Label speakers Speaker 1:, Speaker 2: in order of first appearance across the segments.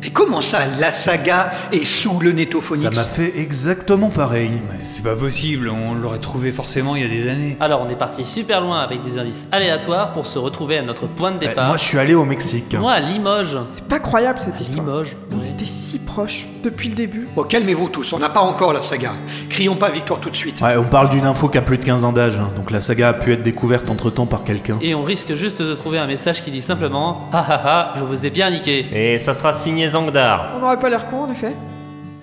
Speaker 1: Mais comment ça, la saga est sous le
Speaker 2: Ça
Speaker 1: Netophonix
Speaker 2: m'a fait exactement pareil.
Speaker 3: Mais C'est pas possible, on l'aurait trouvé forcément il y a des années.
Speaker 4: Alors on est parti super loin avec des indices aléatoires pour se retrouver à notre point de
Speaker 2: Eh,
Speaker 4: départ.
Speaker 2: moi, je suis allé au Mexique.
Speaker 4: Moi, à Limoges.
Speaker 5: C'est pas croyable cette
Speaker 4: À
Speaker 5: histoire.
Speaker 4: Limoges.
Speaker 5: On
Speaker 4: ouais.
Speaker 5: était si proches depuis le début.
Speaker 1: Bon, calmez-vous tous, on n'a pas encore la saga. Crions pas victoire tout de suite.
Speaker 2: Ouais, on parle d'une info qui a plus de 15 ans d'âge, hein, donc la saga a pu être découverte entre temps par quelqu'un.
Speaker 4: Et on risque juste de trouver un message qui dit simplement Ha ha ha, je vous ai bien niqué.
Speaker 6: Et ça sera signé Zangdar.
Speaker 5: On n'aurait pas l'air con en effet.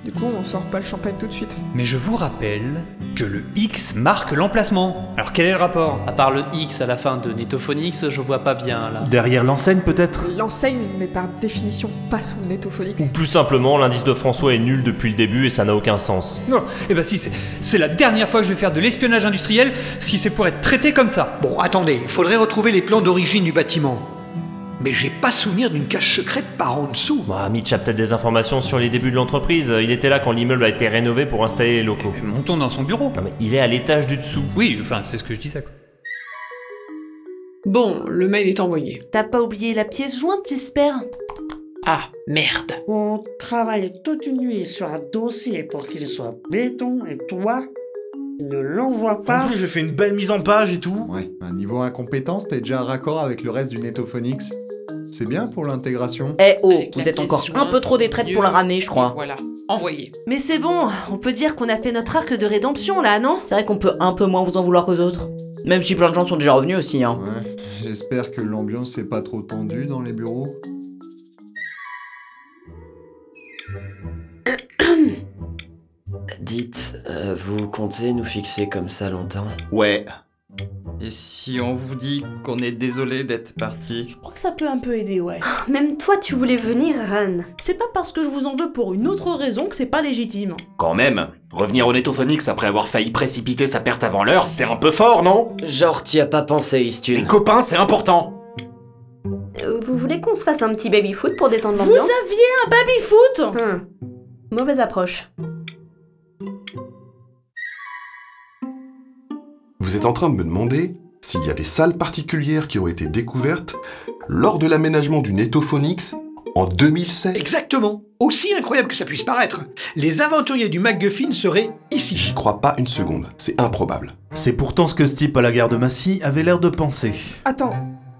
Speaker 5: Du coup, on sort pas le champagne tout de suite.
Speaker 3: Mais je vous rappelle que le X marque l'emplacement. Alors quel est le rapport
Speaker 4: À part le X à la fin de Netophonix, je vois pas bien là.
Speaker 2: Derrière l'enseigne, peut-être
Speaker 5: L'enseigne n'est par définition pas sous le
Speaker 6: Ou
Speaker 5: Netophonix.
Speaker 6: plus simplement, l'indice de François est nul depuis le début et ça n'a aucun sens.
Speaker 3: Non, eh ben si, c'est- c'est la dernière fois que je vais faire de l'espionnage industriel si c'est pour être traité comme ça.
Speaker 1: Bon, attendez, il faudrait retrouver les plans d'origine du bâtiment. Mais j'ai pas souvenir d'une cache secrète par en dessous.
Speaker 6: Bah, Mitch a peut-être des informations sur les débuts de l'entreprise. Il était là quand l'immeuble a été rénové pour installer les locaux.
Speaker 3: Mais montons dans son bureau.
Speaker 6: Non mais il est à l'étage du dessous.
Speaker 3: Oui, enfin, c'est ce que je dis ça. Quoi.
Speaker 7: Bon, le mail est envoyé.
Speaker 8: T'as pas oublié la pièce jointe, j'espère
Speaker 7: Ah, merde.
Speaker 9: On travaille toute une nuit sur un dossier pour qu'il soit béton et toi, tu ne l'envoies
Speaker 10: En
Speaker 9: pas.
Speaker 10: plus, j'ai fait une belle mise en page et tout.
Speaker 11: Ouais, un niveau incompétence, t'es déjà un raccord avec le reste du Netophonix. C'est bien pour l'intégration.
Speaker 12: Eh oh,
Speaker 7: Avec la
Speaker 12: vous êtes
Speaker 7: pièce
Speaker 12: encore un
Speaker 7: jointe,
Speaker 12: peu trop
Speaker 7: c'est
Speaker 12: détraite
Speaker 7: mieux.
Speaker 12: pour la ramener, je crois.
Speaker 7: Voilà, envoyé.
Speaker 8: Mais c'est bon, on peut dire qu'on a fait notre arc de rédemption là, non
Speaker 12: C'est vrai qu'on peut un peu moins vous en vouloir que d'autres. Même si plein de gens sont déjà revenus aussi, hein.
Speaker 11: Ouais, j'espère que l'ambiance est pas trop tendue dans les bureaux.
Speaker 13: Dites, euh, vous comptez nous fixer comme ça longtemps
Speaker 14: Ouais. Et si on vous dit qu'on est désolé d'être parti
Speaker 15: Je crois que ça peut un peu aider, ouais.
Speaker 8: Ah, Même toi, tu voulais venir, Ran.
Speaker 15: C'est pas parce que je vous en veux pour une autre raison que c'est pas légitime.
Speaker 14: Quand même Revenir au Netophonix après avoir failli précipiter sa perte avant l'heure, c'est un peu fort, non
Speaker 13: Genre, t'y as pas pensé,
Speaker 14: Les
Speaker 13: Istune
Speaker 14: copains, c'est important
Speaker 8: euh, vous voulez qu'on se fasse un petit baby-foot pour détendre
Speaker 15: Vous aviez un baby-foot
Speaker 8: Mauvaise approche.
Speaker 10: Vous êtes en train de me demander s'il y a des salles particulières qui ont été découvertes lors de l'aménagement du Netophonix en 2007
Speaker 1: Exactement. Aussi incroyable que ça puisse paraître, les aventuriers du MacGuffin seraient ici.
Speaker 10: J'y crois pas une seconde, c'est improbable.
Speaker 2: C'est pourtant ce que ce type à la gare de Massy avait l'air de penser.
Speaker 5: Attends,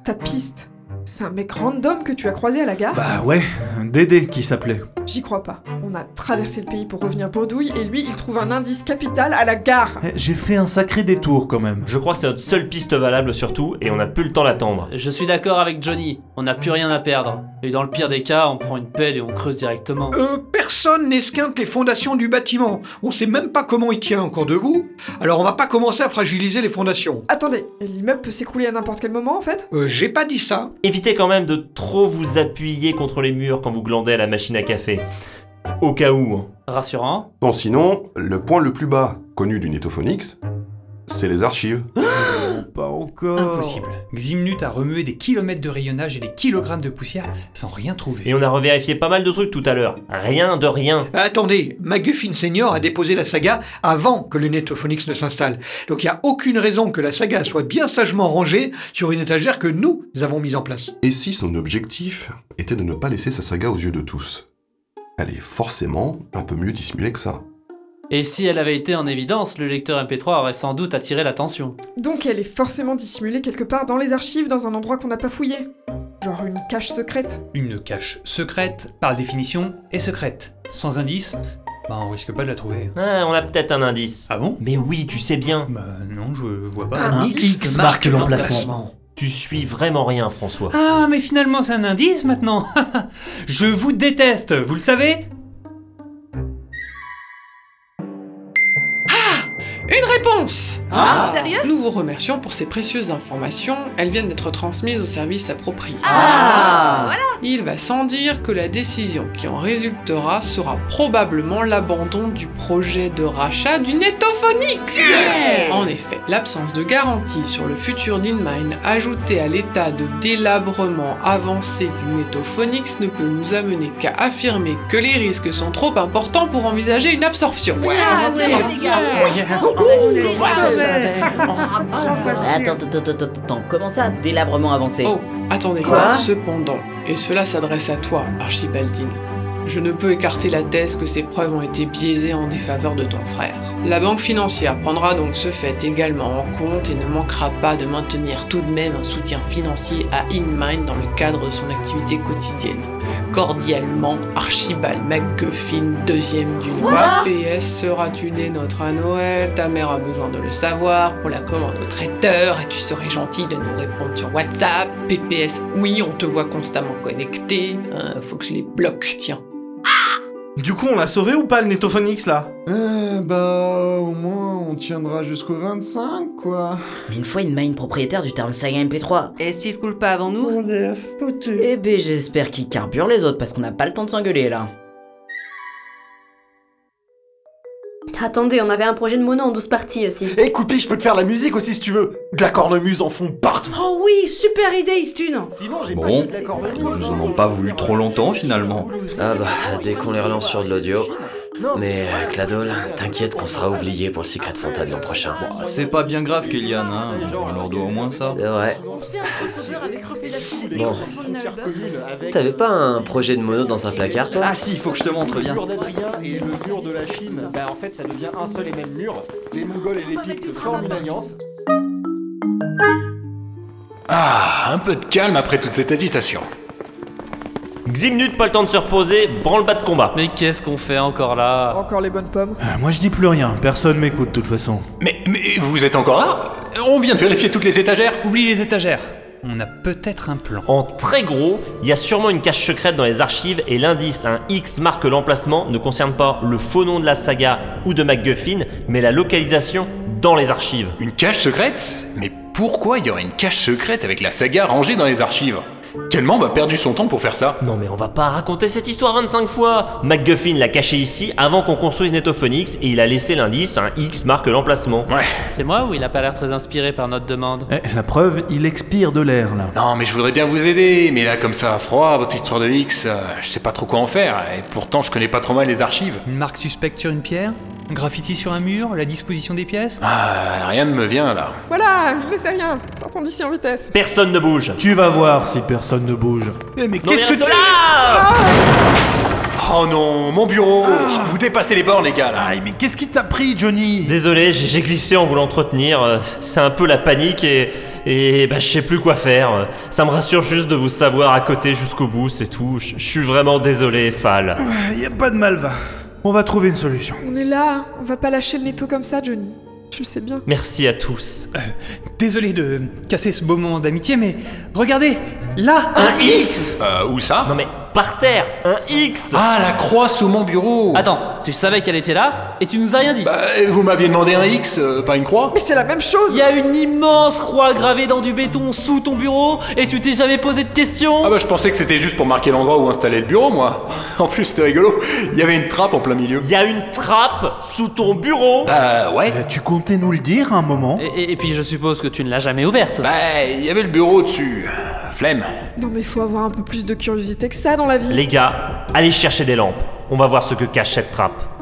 Speaker 5: ta piste, c'est un mec random que tu as croisé à la gare
Speaker 2: Bah ouais, Dédé qui s'appelait.
Speaker 5: J'y crois pas. On a traversé le pays pour revenir bredouille et lui, il trouve un indice capital à la gare.
Speaker 2: Eh, J'ai fait un sacré détour quand même.
Speaker 6: Je crois que c'est notre seule piste valable surtout et on n'a plus le temps d'attendre.
Speaker 4: Je suis d'accord avec Johnny, on n'a plus rien à perdre. Et dans le pire des cas, on prend une pelle et on creuse directement.
Speaker 1: Euh, personne n'esquinte les fondations du bâtiment. On sait même pas comment il tient encore debout. Alors on va pas commencer à fragiliser les fondations.
Speaker 5: Attendez, l'immeuble peut s'écrouler à n'importe quel moment en fait
Speaker 1: Euh, j'ai pas dit ça.
Speaker 6: Évitez quand même de trop vous appuyer contre les murs quand vous glandez à la machine à café. Au cas où. hein.
Speaker 4: Rassurant.
Speaker 10: Bon, sinon, le point le plus bas connu du Netophonix, c'est les archives.
Speaker 2: Pas encore.
Speaker 3: Impossible. Ximnut a remué des kilomètres de rayonnage et des kilogrammes de poussière sans rien trouver.
Speaker 6: Et on a revérifié pas mal de trucs tout à l'heure. Rien de rien.
Speaker 1: Attendez, MacGuffin Senior a déposé la saga avant que le Netophonix ne s'installe. Donc il n'y a aucune raison que la saga soit bien sagement rangée sur une étagère que nous avons mise en place.
Speaker 10: Et si son objectif était de ne pas laisser sa saga aux yeux de tous Elle est forcément un peu mieux dissimulée que ça.
Speaker 4: Et si elle avait été en évidence, le lecteur MP3 aurait sans doute attiré l'attention.
Speaker 5: Donc elle est forcément dissimulée quelque part dans les archives, dans un endroit qu'on n'a pas fouillé. Genre une cache secrète.
Speaker 3: Une cache secrète, par définition, est secrète. Sans indice, bah on risque pas de la trouver.
Speaker 6: Ah, on a peut-être un indice.
Speaker 3: Ah bon
Speaker 6: Mais oui, tu sais bien.
Speaker 3: Bah non, je vois pas.
Speaker 1: Un
Speaker 2: X marque l'emplacement.
Speaker 6: Tu suis vraiment rien, François.
Speaker 3: Ah, mais finalement c'est un indice maintenant Je vous déteste, vous le savez
Speaker 7: Une réponse
Speaker 8: Sérieux
Speaker 7: Nous vous remercions pour ces précieuses informations. Elles viennent d'être transmises au service approprié.
Speaker 12: Ah
Speaker 7: Il va sans dire que la décision qui en résultera sera probablement l'abandon du projet de rachat du Netophonix En effet, l'absence de garantie sur le futur d'InMine ajoutée à l'état de délabrement avancé du Netophonix ne peut nous amener qu'à affirmer que les risques sont trop importants pour envisager une absorption.
Speaker 12: Attends, attends, attends, attends, attends, comment ça, délabrement avancé
Speaker 7: Oh, attendez.
Speaker 12: Quoi
Speaker 7: Cependant, et cela s'adresse à toi, Archibaldine, Je ne peux écarter la thèse que ces preuves ont été biaisées en défaveur de ton frère. La banque financière prendra donc ce fait également en compte et ne manquera pas de maintenir tout de même un soutien financier à InMind dans le cadre de son activité quotidienne. Cordialement, Archibald McGuffin, deuxième du nom.
Speaker 5: Quoi
Speaker 7: PS, seras-tu né notre à Noël Ta mère a besoin de le savoir pour la commande au traiteur et tu serais gentil de nous répondre sur WhatsApp. PPS, oui, on te voit constamment connecté. Hein, faut que je les bloque, tiens.
Speaker 2: Du coup, on l'a sauvé ou pas le Netophonix là
Speaker 11: Eh bah, au moins, on tiendra jusqu'au 25, quoi.
Speaker 12: Mais une fois une mine propriétaire du Tarn Saga MP3.
Speaker 16: Et s'il coule pas avant nous
Speaker 9: On est foutu.
Speaker 12: Eh ben j'espère qu'ils carburent les autres parce qu'on n'a pas le temps de s'engueuler là.
Speaker 8: Attendez, on avait un projet de mono en 12 parties aussi.
Speaker 14: Et coupé, je peux te faire la musique aussi si tu veux. De la cornemuse en fond partout.
Speaker 15: Oh oui, super idée, Istune
Speaker 14: Sinon, j'ai
Speaker 13: Bon.
Speaker 14: pas de la cornemuse.
Speaker 13: Ils
Speaker 14: hein.
Speaker 13: en ont pas voulu
Speaker 14: trop longtemps,
Speaker 13: finalement. Ah bah, dès qu'on les relance sur de l'audio. Mais euh, Cladol, t'inquiète qu'on sera oublié pour le Secret Santa de l'an prochain.
Speaker 17: C'est pas bien grave, Kélian, hein. On leur doit au moins ça.
Speaker 13: C'est vrai. Bon,
Speaker 17: avec-
Speaker 13: t'avais pas un projet de mono dans un placard, toi
Speaker 17: Ah si, faut que je te montre, viens.
Speaker 14: d'Adrien et le mur de la Chine, bah en fait ça devient un seul et même mur. Les Mongols et les Pictes forment une alliance.
Speaker 18: Ah, un peu de calme après toute cette agitation.
Speaker 6: 10 minutes, pas le temps de se reposer, branle-bas de combat.
Speaker 4: Mais qu'est-ce qu'on fait encore là
Speaker 5: Encore les bonnes pommes.
Speaker 2: Euh, Moi je dis plus rien, personne m'écoute de toute façon.
Speaker 18: Mais, mais vous êtes encore là On vient de vérifier toutes les étagères.
Speaker 3: Oublie les étagères. On a peut-être un plan.
Speaker 6: En très gros, il y a sûrement une cache secrète dans les archives et l'indice, un X marque l'emplacement, ne concerne pas le faux nom de la saga ou de MacGuffin, mais la localisation dans les archives.
Speaker 18: Une cache secrète Mais pourquoi il y aurait une cache secrète avec la saga rangée dans les archives Quel membre a perdu son temps pour faire ça
Speaker 6: Non mais on va pas raconter cette histoire 25 fois MacGuffin l'a caché ici avant qu'on construise Netophonix et il a laissé l'indice, un X marque l'emplacement.
Speaker 18: Ouais.
Speaker 4: C'est moi ou il a pas l'air très inspiré par notre demande
Speaker 2: Eh, la preuve, il expire de l'air là.
Speaker 18: Non, mais je voudrais bien vous aider, mais là, comme ça, à froid, votre histoire de X, euh, je sais pas trop quoi en faire, et pourtant, je connais pas trop mal les archives.
Speaker 3: Une marque suspecte sur une pierre Un graffiti sur un mur La disposition des pièces
Speaker 18: Ah, rien ne me vient là.
Speaker 5: Voilà, il ne sait rien. Sortons d'ici en vitesse.
Speaker 6: Personne ne bouge
Speaker 2: Tu vas voir si personne ne bouge. Eh, mais qu'est-ce que tu.
Speaker 18: Oh non, mon bureau Vous dépassez les bornes, les gars là
Speaker 2: Aïe, mais qu'est-ce qui t'a pris, Johnny
Speaker 6: Désolé, j'ai j'ai glissé en voulant entretenir, euh, c'est un peu la panique et... Et bah je sais plus quoi faire. Ça me rassure juste de vous savoir à côté jusqu'au bout, c'est tout. Je je suis vraiment désolé, Fall.
Speaker 2: Ouais, y a pas de mal, va. On va trouver une solution.
Speaker 5: On est là, on va pas lâcher le netto comme ça, Johnny. Tu le sais bien.
Speaker 6: Merci à tous.
Speaker 3: Désolé de casser ce beau moment d'amitié, mais regardez Là
Speaker 18: Un X Euh, où ça
Speaker 6: Non mais, par terre, un X
Speaker 18: Ah, la croix sous mon bureau
Speaker 4: Attends, tu savais qu'elle était là et tu nous as rien dit
Speaker 18: Oh. Bah, vous m'aviez demandé un X, euh, pas une croix
Speaker 5: Mais c'est la même chose
Speaker 4: Il y a une immense croix gravée dans du béton sous ton bureau et tu t'es jamais posé de questions
Speaker 18: Ah bah je pensais que c'était juste pour marquer l'endroit où installer le bureau moi. En plus c'était rigolo, il y avait une trappe en plein milieu.
Speaker 6: Il y a une trappe sous ton bureau
Speaker 18: Bah ouais.
Speaker 2: Eh, tu comptais nous le dire à un moment
Speaker 4: et, et- et puis je suppose que tu ne l'as jamais ouverte.
Speaker 18: Bah il y avait le bureau dessus. Flemme.
Speaker 5: Non mais faut avoir un peu plus de curiosité que ça dans la vie.
Speaker 6: Les gars, allez chercher des lampes. On va voir ce que cache cette trappe.